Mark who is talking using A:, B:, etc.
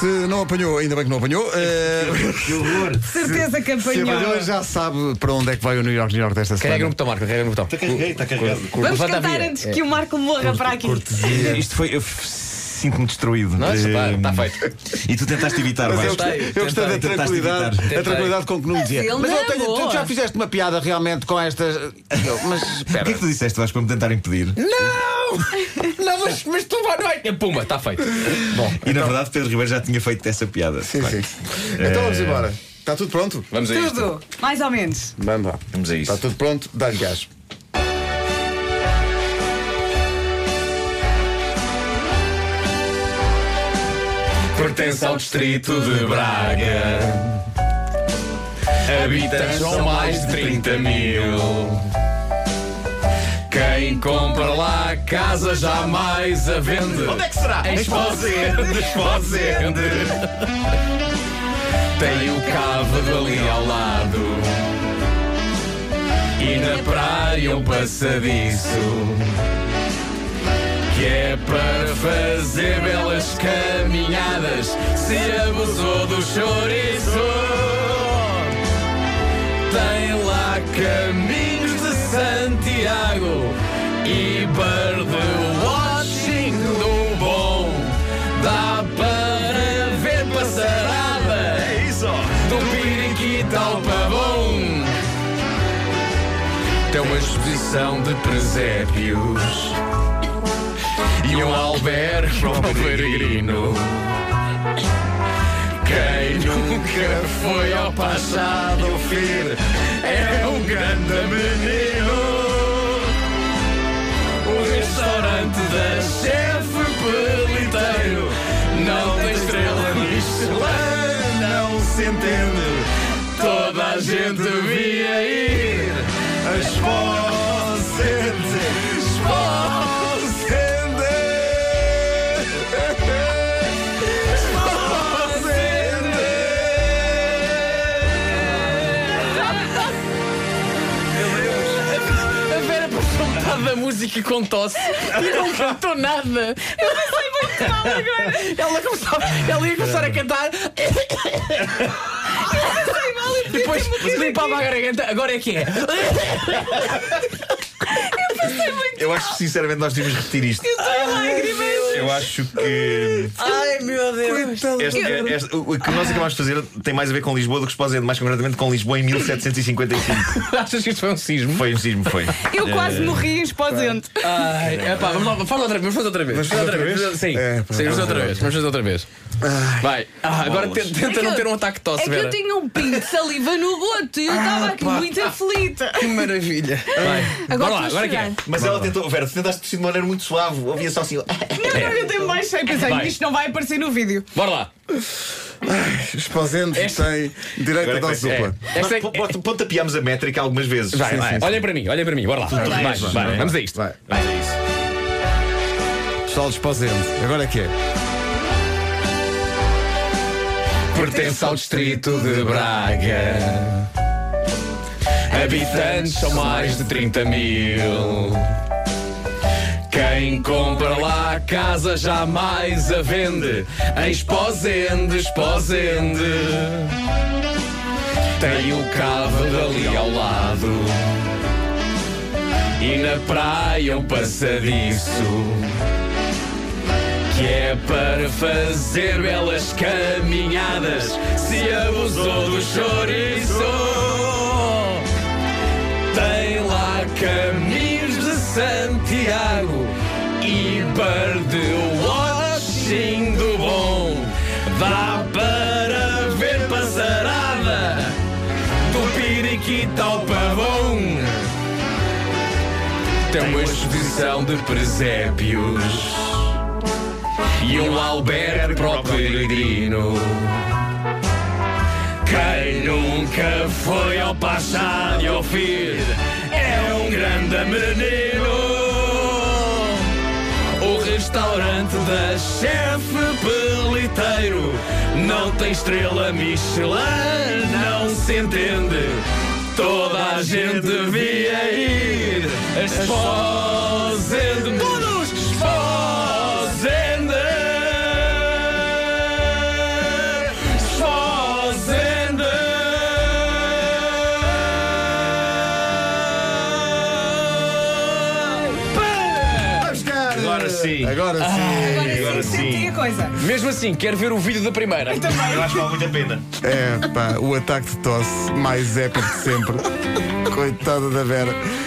A: Se não apanhou, ainda bem que não apanhou. eh,
B: Que horror.
C: Certeza que
A: se
C: apanhou.
A: apanhou, já sabe para onde é que vai o New York, New York desta
D: Carrega no
A: semana.
D: botão, Marco, carrega no botão.
E: Então
B: Está carregado,
E: tá
B: está carregado.
C: Vamos
D: Levanta a
C: cantar
D: via.
C: antes que o Marco morra para aqui.
E: Isto foi. Eu f- sinto-me destruído.
D: Não, isso tá-
E: Eh,
D: tá feito.
E: E tu tentaste evitar,
A: Mas eu
E: Vasco.
D: Tentei,
A: gostei, eu gostei da
D: tentei.
A: tranquilidade,
D: Tentei.
A: a tranquilidade com que não dizia.
C: ele
A: Mas
C: não
A: eu
C: é
A: tenho, tu
C: boa.
A: já fizeste uma piada realmente com estas. Eu, Mas espera.
E: O que é que tu disseste, Vasco, para me tentar impedir?
D: Não! Não, mas, mas tu vai, não é? Puma, está feito. Bom,
E: E na verdade, Pedro Ribeiro já tinha feito essa piada.
A: Sim,
E: Bem,
A: sim. Então vamos embora. Está tudo pronto?
D: vamos a isto.
C: Tudo, mais ou menos.
A: Vamos lá.
E: Vamos a isso.
A: Está tudo pronto? Dá-lhe gás.
D: Pertence ao distrito de Braga. Habitantes são mais de 30 mil. Quem compra lá a casa jamais a vende. Onde é que será? Em Esposende, Esposende. Tem o cávado ali ao lado. E na praia um passadiço. Que é para fazer belas caminhadas Se abusou do chouriço Tem lá caminhos de Santiago E bar de watching do bom Dá para ver passarada É isso! Do Piriquita ao Pavão Tem uma exposição de presépios e um albergue para o peregrino. Quem nunca foi ao Pachá do Fir é um grande menino. O restaurante da chefe peliteiro não tem estrela Michelin, não se entende. Toda a gente via ir a Esposente, A Vera passou metade da música com tosse e não cantou nada. Eu não sei muito mal agora. Ela, começava, ela ia começar a cantar.
C: é
D: Depois limpava a garganta, agora é que é.
E: Eu acho que sinceramente nós devíamos repetir isto. Eu acho que
C: Ai meu Deus.
E: este- é, este- o o que nós acabámos de fazer tem mais a ver com Lisboa do que Esposende, mais concretamente com Lisboa em 1755.
D: Achas que isto foi um sismo?
E: Foi um sismo, foi.
C: Eu quase morri em esposente.
D: Ai, epá, vamos lá, faz outra vez, vamos fazer outra vez. Vamos fazer outra vez?
A: É,
D: Sim, sim,
A: pá,
D: vamos fazer outra vez, vamos fazer outra vez. Vai, Ah, agora tenta, tenta não ter um ataque de
C: É
D: tosse,
C: que eu
D: Vera.
C: tinha um pingo de saliva no goto e eu estava aqui muito aflita.
A: Que maravilha.
D: Vai,
C: Agora
D: bora lá,
C: estou a
D: agora que é.
C: chorar.
E: Mas ela tentou, Vera, tu tentaste de uma maneira muito suave, ouvia só assim.
C: Não, não, eu tenho mais cheio. Pensei,
D: Vai.
C: isto não vai aparecer no vídeo.
D: Bora lá.
A: Esposende
D: Este-
A: tem direito a dar
E: É.
A: supla.
E: Mas
D: Esta é-
E: po- po- Pontapeámos a métrica algumas vezes.
D: Vai,
E: Sim,
D: vai.
E: sim, sim.
D: Olhem para mim, olhem para mim, bora lá. Vai, vai, vai. Vamos a isto.
A: Vai.
E: Vamos a é isso.
A: Pessoal de Esposende, agora é que é.
D: pertence ao distrito de Braga. Habitantes são mais de 30 mil. Quem compra lá a casa jamais a vende. Em Esposende, Esposende. Tem o cávado ali ao lado. E na praia um passadiço que é para fazer belas caminhadas se abusou do chouriço. Tem lá caminhos de Santiago e bar de Washington do bom. Dá para ver passarada do Piriquita ao Pavão. Tem uma exposição de presépios e um albergue para o peregrino. Quem nunca foi ao Pachá de Ofir é um grande menino. O restaurante da chefe peliteiro não tem estrela Michelin, não se entende. Toda a gente devia ir a Esposende. Todos! Esposende!
E: Agora sim.
A: Agora sim.
E: Agora,
C: Agora sim,
E: sim.
C: senti a coisa.
F: Mesmo assim, quero ver o vídeo da primeira.
E: Eu acho que vale muito a pena.
A: É, pá, o ataque de tosse mais épico de sempre. Coitada da Vera.